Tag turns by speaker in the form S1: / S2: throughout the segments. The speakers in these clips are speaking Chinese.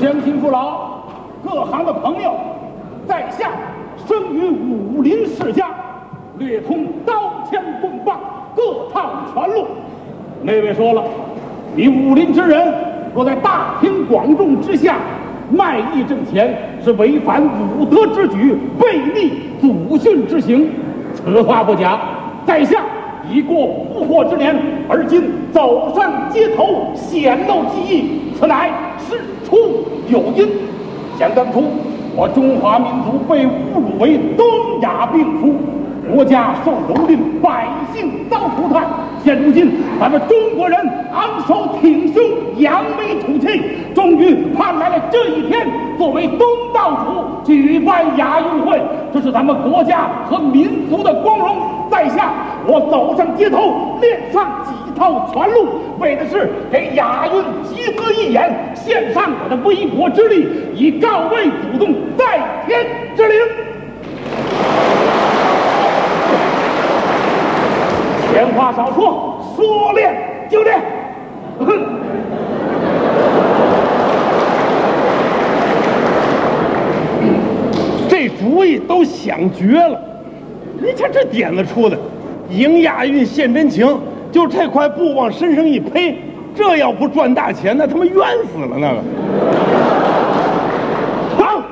S1: 人民父老、各行的朋友，在下生于武林世家，略通刀枪棍棒，各趟全路。那位说了，你武林之人若在大庭广众之下卖艺挣钱，是违反武德之举，悖逆祖训之行。此话不假，在下已过不惑之年，而今走上街头显露技艺，此乃事出有因。想当初，我中华民族被侮辱为东亚病夫，国家受蹂躏，百姓遭涂炭。现如今，咱们中国人昂首挺胸，扬眉吐气，终于盼来了这一天。作为东道主举办亚运会，这是咱们国家和民族的光荣。在下，我走上街头，练上几套拳路，为的是给亚运集资义演，献上我的为国之力，以告慰祖宗在天之灵。闲话少说，说练就练。哼。
S2: 这主意都想绝了。你瞧这点子出的，迎亚运献真情，就这块布往身上一披，这要不赚大钱，那他妈冤死了那个。
S1: 好，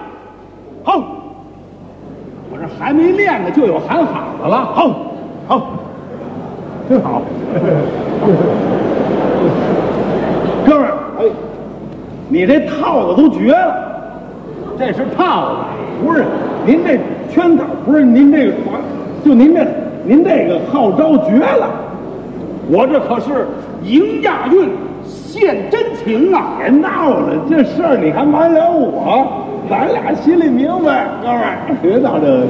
S1: 好，我这还没练呢，就有喊好的了。好，好，真好。
S2: 哥们儿，哎，你这套子都绝了，
S1: 这是套子，不是您这圈套，不是您这个团，就您这您这个号召绝了。我这可是迎亚运献真情啊！
S2: 别闹了，这事儿你还瞒了我，咱俩心里明白，哥们儿，别闹这。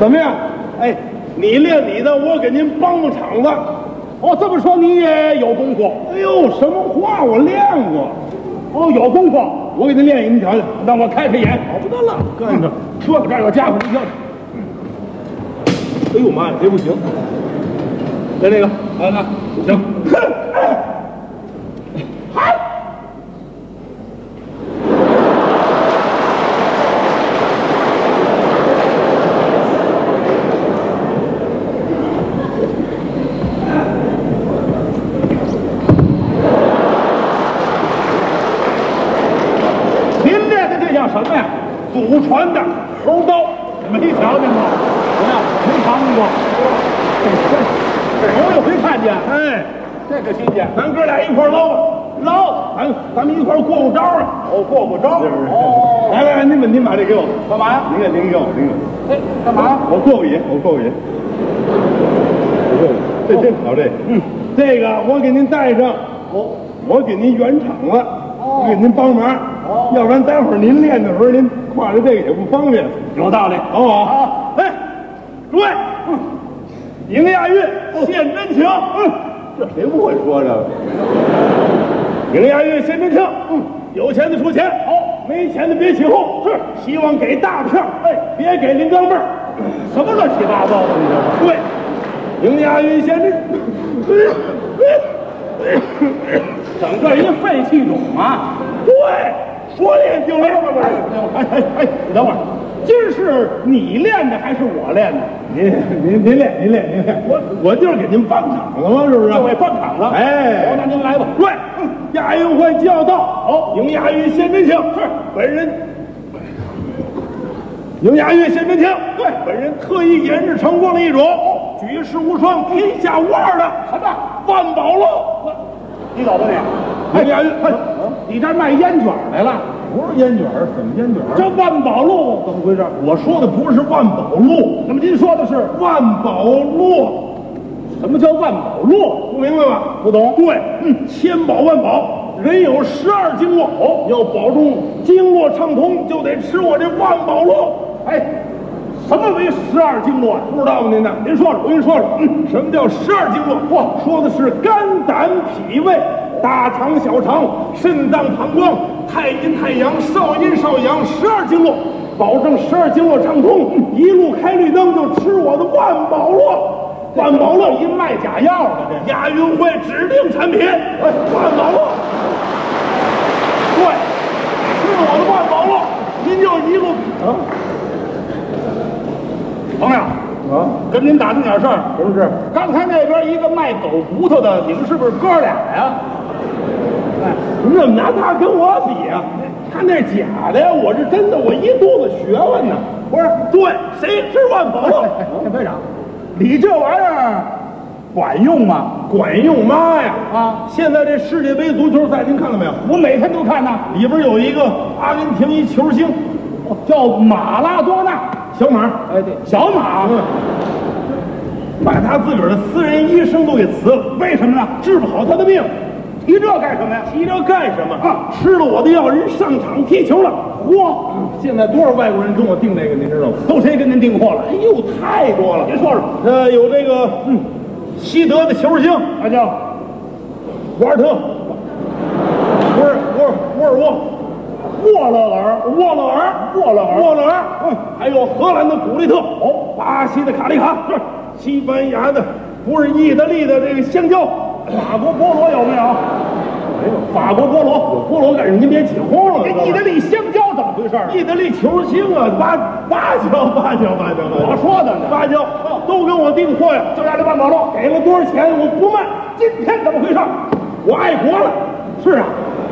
S2: 怎么样？哎，你练你的，我给您帮帮场子。
S1: 哦，这么说你也有功夫？
S2: 哎呦，什么话？我练过，
S1: 哦，有功夫，
S2: 我给您练一个，您瞧瞧。
S1: 那我开开眼。
S2: 好不得了，哥
S1: 嗯，
S2: 说我这儿有家伙，您瞧瞧。哎呦妈呀，这不行！来这个，
S1: 来来，
S2: 行。
S1: 您练的这叫什么呀？
S2: 祖传的猴刀，
S1: 没瞧见过，怎么样？没尝见过。这我也没看见，
S2: 哎，
S1: 这可新鲜。
S2: 咱哥俩一块儿捞，
S1: 捞，
S2: 咱哎咱们一块儿过过招啊，
S1: 哦，过过招
S2: 是不是？
S1: 哦，
S2: 来来来，您把您把这给我，
S1: 干嘛呀？
S2: 您给您给我，您给我，
S1: 哎，干嘛呀？
S2: 我过过瘾，我过过瘾，我过瘾，这真好这，嗯，这个我给您带上，
S1: 哦，
S2: 我给您圆场了，
S1: 哦
S2: 我给您帮忙，
S1: 哦
S2: 要不然待会儿您练的时候您挎着这个也不方便，
S1: 有道理。
S2: 好不好？好，哎，诸位，迎亚运
S1: 哦
S2: 献真情，嗯，这谁不会说这个？迎亚运献真情，嗯，有钱的出钱，好，没钱的别起哄，是，希望给大票，哎，别给零钢镚儿，
S1: 什么乱七八糟的？你这
S2: 对，迎亚运献真，
S1: 整个一个废气种啊！
S2: 对，说练就练，不是，
S1: 哎哎哎，你等会儿，今儿是你练的还是我练的？
S2: 您您您练您练您练，我我就是给您帮场了嘛，是不是？
S1: 各位帮场了。
S2: 哎
S1: 好那您来吧。哦
S2: 对，亚运会就要到，好，迎亚运献真情。是，本人迎亚运献真情。对，本人特意研制成功了一种
S1: 哦
S2: 举世无双、天下无二的
S1: 什么？
S2: 万宝路。
S1: 你走吧你。哎嗯
S2: 迎亚运，
S1: 你这儿卖烟卷儿来了？
S2: 不是烟卷儿，怎么烟卷
S1: 这万宝路怎么回事？
S2: 我说的不是万宝路，
S1: 那么您说的是
S2: 万宝路，
S1: 什么叫万宝路？
S2: 不明白吧？
S1: 不懂。
S2: 对，嗯，千宝万宝，人有十二经络，哦，要保证经络畅通，就得吃我这万宝路。
S1: 哎，什么为十二经络呀？
S2: 不知道吗？您呢？啊您说说，我跟您说说，嗯，什么叫十二经络？嚯，说的是肝、胆、脾、胃、大肠、小肠、肾脏、膀胱、太阴、太阳、少阴、少阳，十二经络，保证十二经络畅通，嗯一路开绿灯就吃我的万宝路。万宝路
S1: 一卖假药的这。
S2: 亚运会指定产品，哎万宝路。
S1: 对，
S2: 啊
S1: 跟您打听点事儿。
S2: 啊什么事？
S1: 刚才那边一个卖狗骨头的，你们是不是哥俩呀？
S2: 你哎怎么拿他跟我比啊？他那假的呀，我是真的，我一肚子学问呢。哎
S1: 不是，
S2: 对，谁吃万宝路？
S1: 队长，你这玩意儿管用吗？
S2: 管用妈呀！
S1: 啊
S2: 现在这世界杯足球赛，您看了没有？
S1: 我每天都看呐，
S2: 里边有一个阿根廷一球星，哦
S1: 叫马拉多纳，
S2: 小马，
S1: 哎，对，小马，
S2: 嗯，把他自个儿的私人医生都给辞了，
S1: 为什么呢？
S2: 治不好他的病，
S1: 提这干什么呀？
S2: 急着干什么
S1: 啊
S2: 啊？吃了我的药，人上场踢球了。
S1: 嚯，
S2: 现在多少外国人跟我订这个，您知道吗？
S1: 都谁跟您订货了？
S2: 哎呦，太多了！
S1: 您说说，
S2: 呃，有这个，嗯，西德的球星
S1: 那叫
S2: 啊瓦尔特，不是，沃尔沃尔沃，
S1: 沃勒尔，沃勒尔，沃勒尔，
S2: 沃勒尔，嗯，还有荷兰的古利特，哦，巴西的卡利卡，是西班牙的，不是意大利的这个香蕉，
S1: 法国菠萝有没有？
S2: 没有，法国菠萝，有菠萝干什么？您别起哄了，
S1: 这意大利香蕉怎么回事儿？啊
S2: 意大利球星啊，八八角，八角，八角，
S1: 我
S2: 八角，
S1: 说的呢，哦
S2: 八角，都跟我订货呀，
S1: 就让这万宝路
S2: 给了多少钱我不卖，
S1: 今天怎么回事儿？
S2: 我爱国了。
S1: 是啊，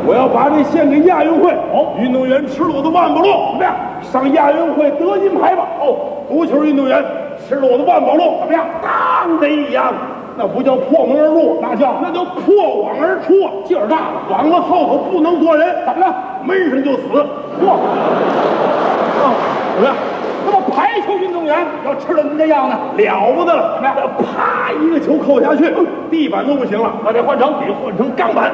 S2: 我要把这献给亚运会。哦，运动员吃了我的万宝路，怎么样？上亚运会得金牌吧。哦，足球运动员吃了我的万宝路，怎么样？当的一样，那不叫破门而入，
S1: 那叫
S2: 那叫破网而出啊！
S1: 劲儿大了。
S2: 网了后头不能多人，怎么了？闷上就死。
S1: 嚯，
S2: 怎么样？
S1: 那哦么排球运动员要吃了您这药呢，
S2: 了不得了！啪，一个球扣下去，地板都不行了，
S1: 那得换成
S2: 得换成钢板。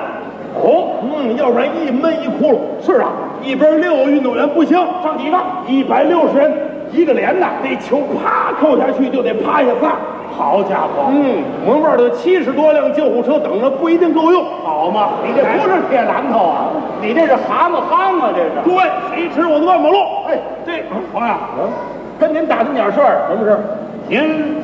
S1: 哦，
S2: 嗯，要不然一闷一窟窿。
S1: 是啊，
S2: 一边六个运动员不行，
S1: 上几个
S2: 一百六十人一个连呐，那球啪扣下去就得趴下仨。
S1: 好家伙，
S2: 嗯，我们这儿有七十多辆救护车等着，不一定够用。哎
S1: 好嘛，你这不是铁榔头啊，你这是蛤蟆夯啊，这是。
S2: 对，谁吃我的万宝路？
S1: 哎，
S2: 这
S1: 朋友，跟您打听点事儿，
S2: 什么事？
S1: 您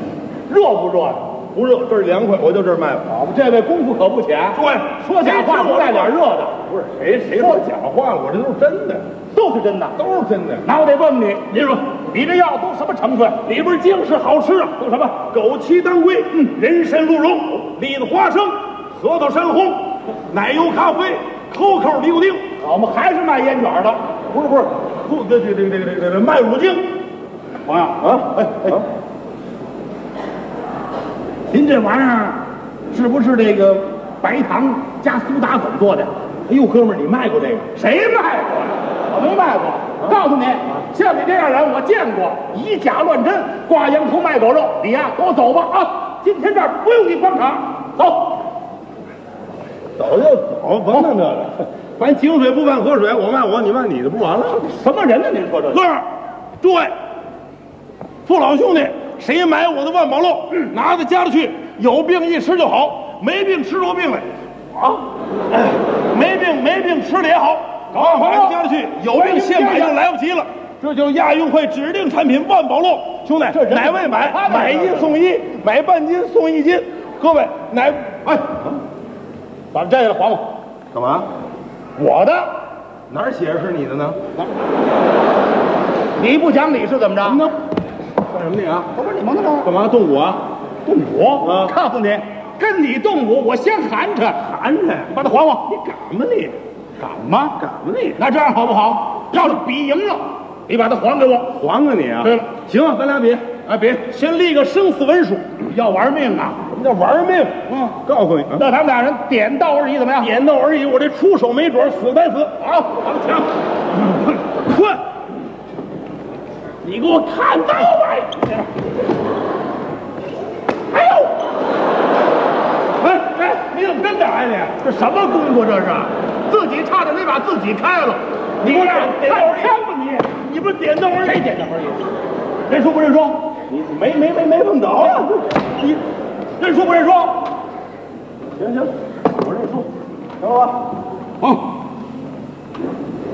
S1: 热不热呀？
S2: 不热，这儿凉快，我就这儿卖了。
S1: 我们这位功夫可不浅，
S2: 对
S1: 说假话不带脸热的，
S2: 不是谁谁说假话了，我这都是真的，
S1: 都是真的。
S2: 都是真的。
S1: 那我得问你，
S2: 您说
S1: 你这药都什么成分？
S2: 里边精是好吃啊，
S1: 都什么？
S2: 枸杞当归，嗯，人参鹿茸，栗子花生，核桃山红，奶油咖啡，QQ 尼古丁。
S1: 我们还是卖烟卷的，
S2: 不是不是，不这这这这这这这卖乳精
S1: 朋友
S2: 啊！哎哎，
S1: 您这玩意儿是不是这个白糖加苏打粉做的？
S2: 哎呦，哥们儿，你卖过这个？
S1: 谁卖过呀？我没卖过。告诉你，像你这样人我见过，以假乱真，挂羊头卖狗肉。你呀，跟我走吧啊！今天这儿不用你捧场，走。
S2: 走就走，甭弄这 个。咱井水不犯河水，我卖我，你卖你的，不完了。
S1: 什么人呢？您说这
S2: 哥们儿，诸位，父老兄弟，谁买我的万宝路，拿到家里去，有病一吃就好，没病吃出病来。啊，哎没病没病吃了也好，赶快买到家里去，有病现买就来不及了。这就是亚运会指定产品万宝路，兄弟，
S1: 这人
S2: 哪位买
S1: 他哪
S2: 买一送一，买半斤送一斤。各位，哪哎，
S1: 把它摘下来还我。
S2: 干嘛？
S1: 我的，
S2: 哪儿写着是你的呢？
S1: 你不讲理是怎么着？
S2: 呢？干什么你啊？
S1: 我说你蒙着呢
S2: 干嘛动我啊？
S1: 动武
S2: 啊
S1: 告诉你，跟你动武，我先寒碜，
S2: 寒碜！
S1: 把它还我。
S2: 你敢吗你？
S1: 敢吗？
S2: 敢吗你？
S1: 那这样好不好？要是比赢了，你把它还给我。
S2: 还给你啊！
S1: 对了，
S2: 行，咱俩比，
S1: 哎，别，
S2: 先立个生死文书。
S1: 要玩命啊！
S2: 什么叫玩命？
S1: 嗯，
S2: 告诉你啊，
S1: 那咱们俩人点到而已，怎么样？
S2: 点到而已，我这出手没准儿死白死。
S1: 好，咱们
S2: 行，快，你给我看到来！
S1: 哎呦！哎哎，你怎么真打呀、你？这什么功夫这是？自己差点没把自己开了。你给我
S2: 点到而已
S1: 枪吧你！
S2: 你不是点到而
S1: 谁
S2: 已？
S1: 点到而已？认输不认输？
S2: 你没没没没碰着啊！你
S1: 认输不认输？
S2: 行行，我认输，行了吧？
S1: 嗯，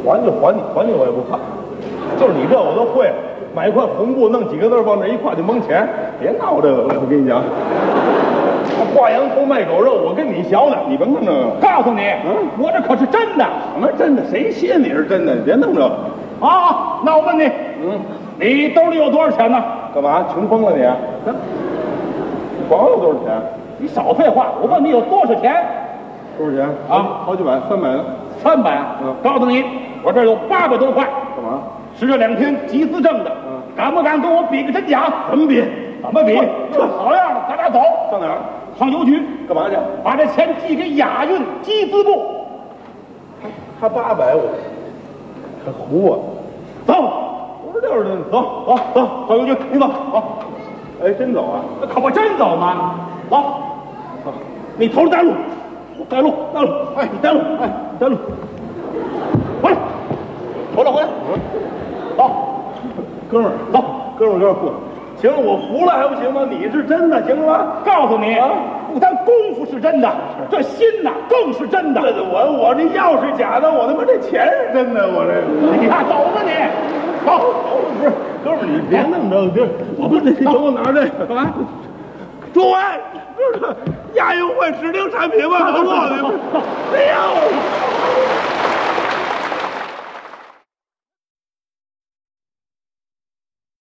S2: 还就还你，还你我也不怕。就是你这我都会了，买一块红布，弄几个字儿往这一挂就蒙钱，别闹这个了。我跟你讲，挂羊头卖狗肉，我跟你学呢，你甭弄这个。
S1: 告诉你，
S2: 嗯
S1: 我这可是真的
S2: 什么真的？谁信你是真的？你别弄这个。
S1: 啊！那我问你，
S2: 嗯，
S1: 你兜里有多少钱呢？
S2: 干嘛？穷疯了你？
S1: 房有多少钱？
S2: 嗯你少废话，我问你有多少钱？
S1: 多少钱
S2: 啊
S1: 好几百，三百的。
S2: 三百啊
S1: 嗯
S2: 告诉你，我这儿有八百多块，
S1: 干嘛？
S2: 是这两天集资挣的
S1: 嗯。
S2: 敢不敢跟我比个真假？
S1: 怎么比？
S2: 怎么比
S1: 哼？
S2: 这好样的，咱俩走，
S1: 上哪儿？
S2: 上邮局
S1: 干嘛去？
S2: 把这钱寄给雅运集资部。
S1: 他八百我，还唬我？
S2: 走，
S1: 不是就是这走。
S2: 走走，上邮局，你走，走。
S1: 哎，真走啊？
S2: 那可不真走吗？走，你头带路，我带路，带路，哎，你带路，哎，你带路，回来，回来，回来，走，
S1: 哥们儿，
S2: 走，
S1: 哥们儿，哥们儿，不行了，我服了还不行吗？你是真的，行了吗？
S2: 告诉你
S1: 啊，
S2: 不单功夫是真的，这心呐更是真的。
S1: 对对，我我这钥匙假的，我他妈这钱是真的，我这个。
S2: 你看走吧你，走，
S1: 不是，哥们儿，你别那么着，别，我不，你等我拿这个。
S2: 干嘛？
S1: 诸位，这是亚运会指定产品吗？我告诉你们，谁呀？我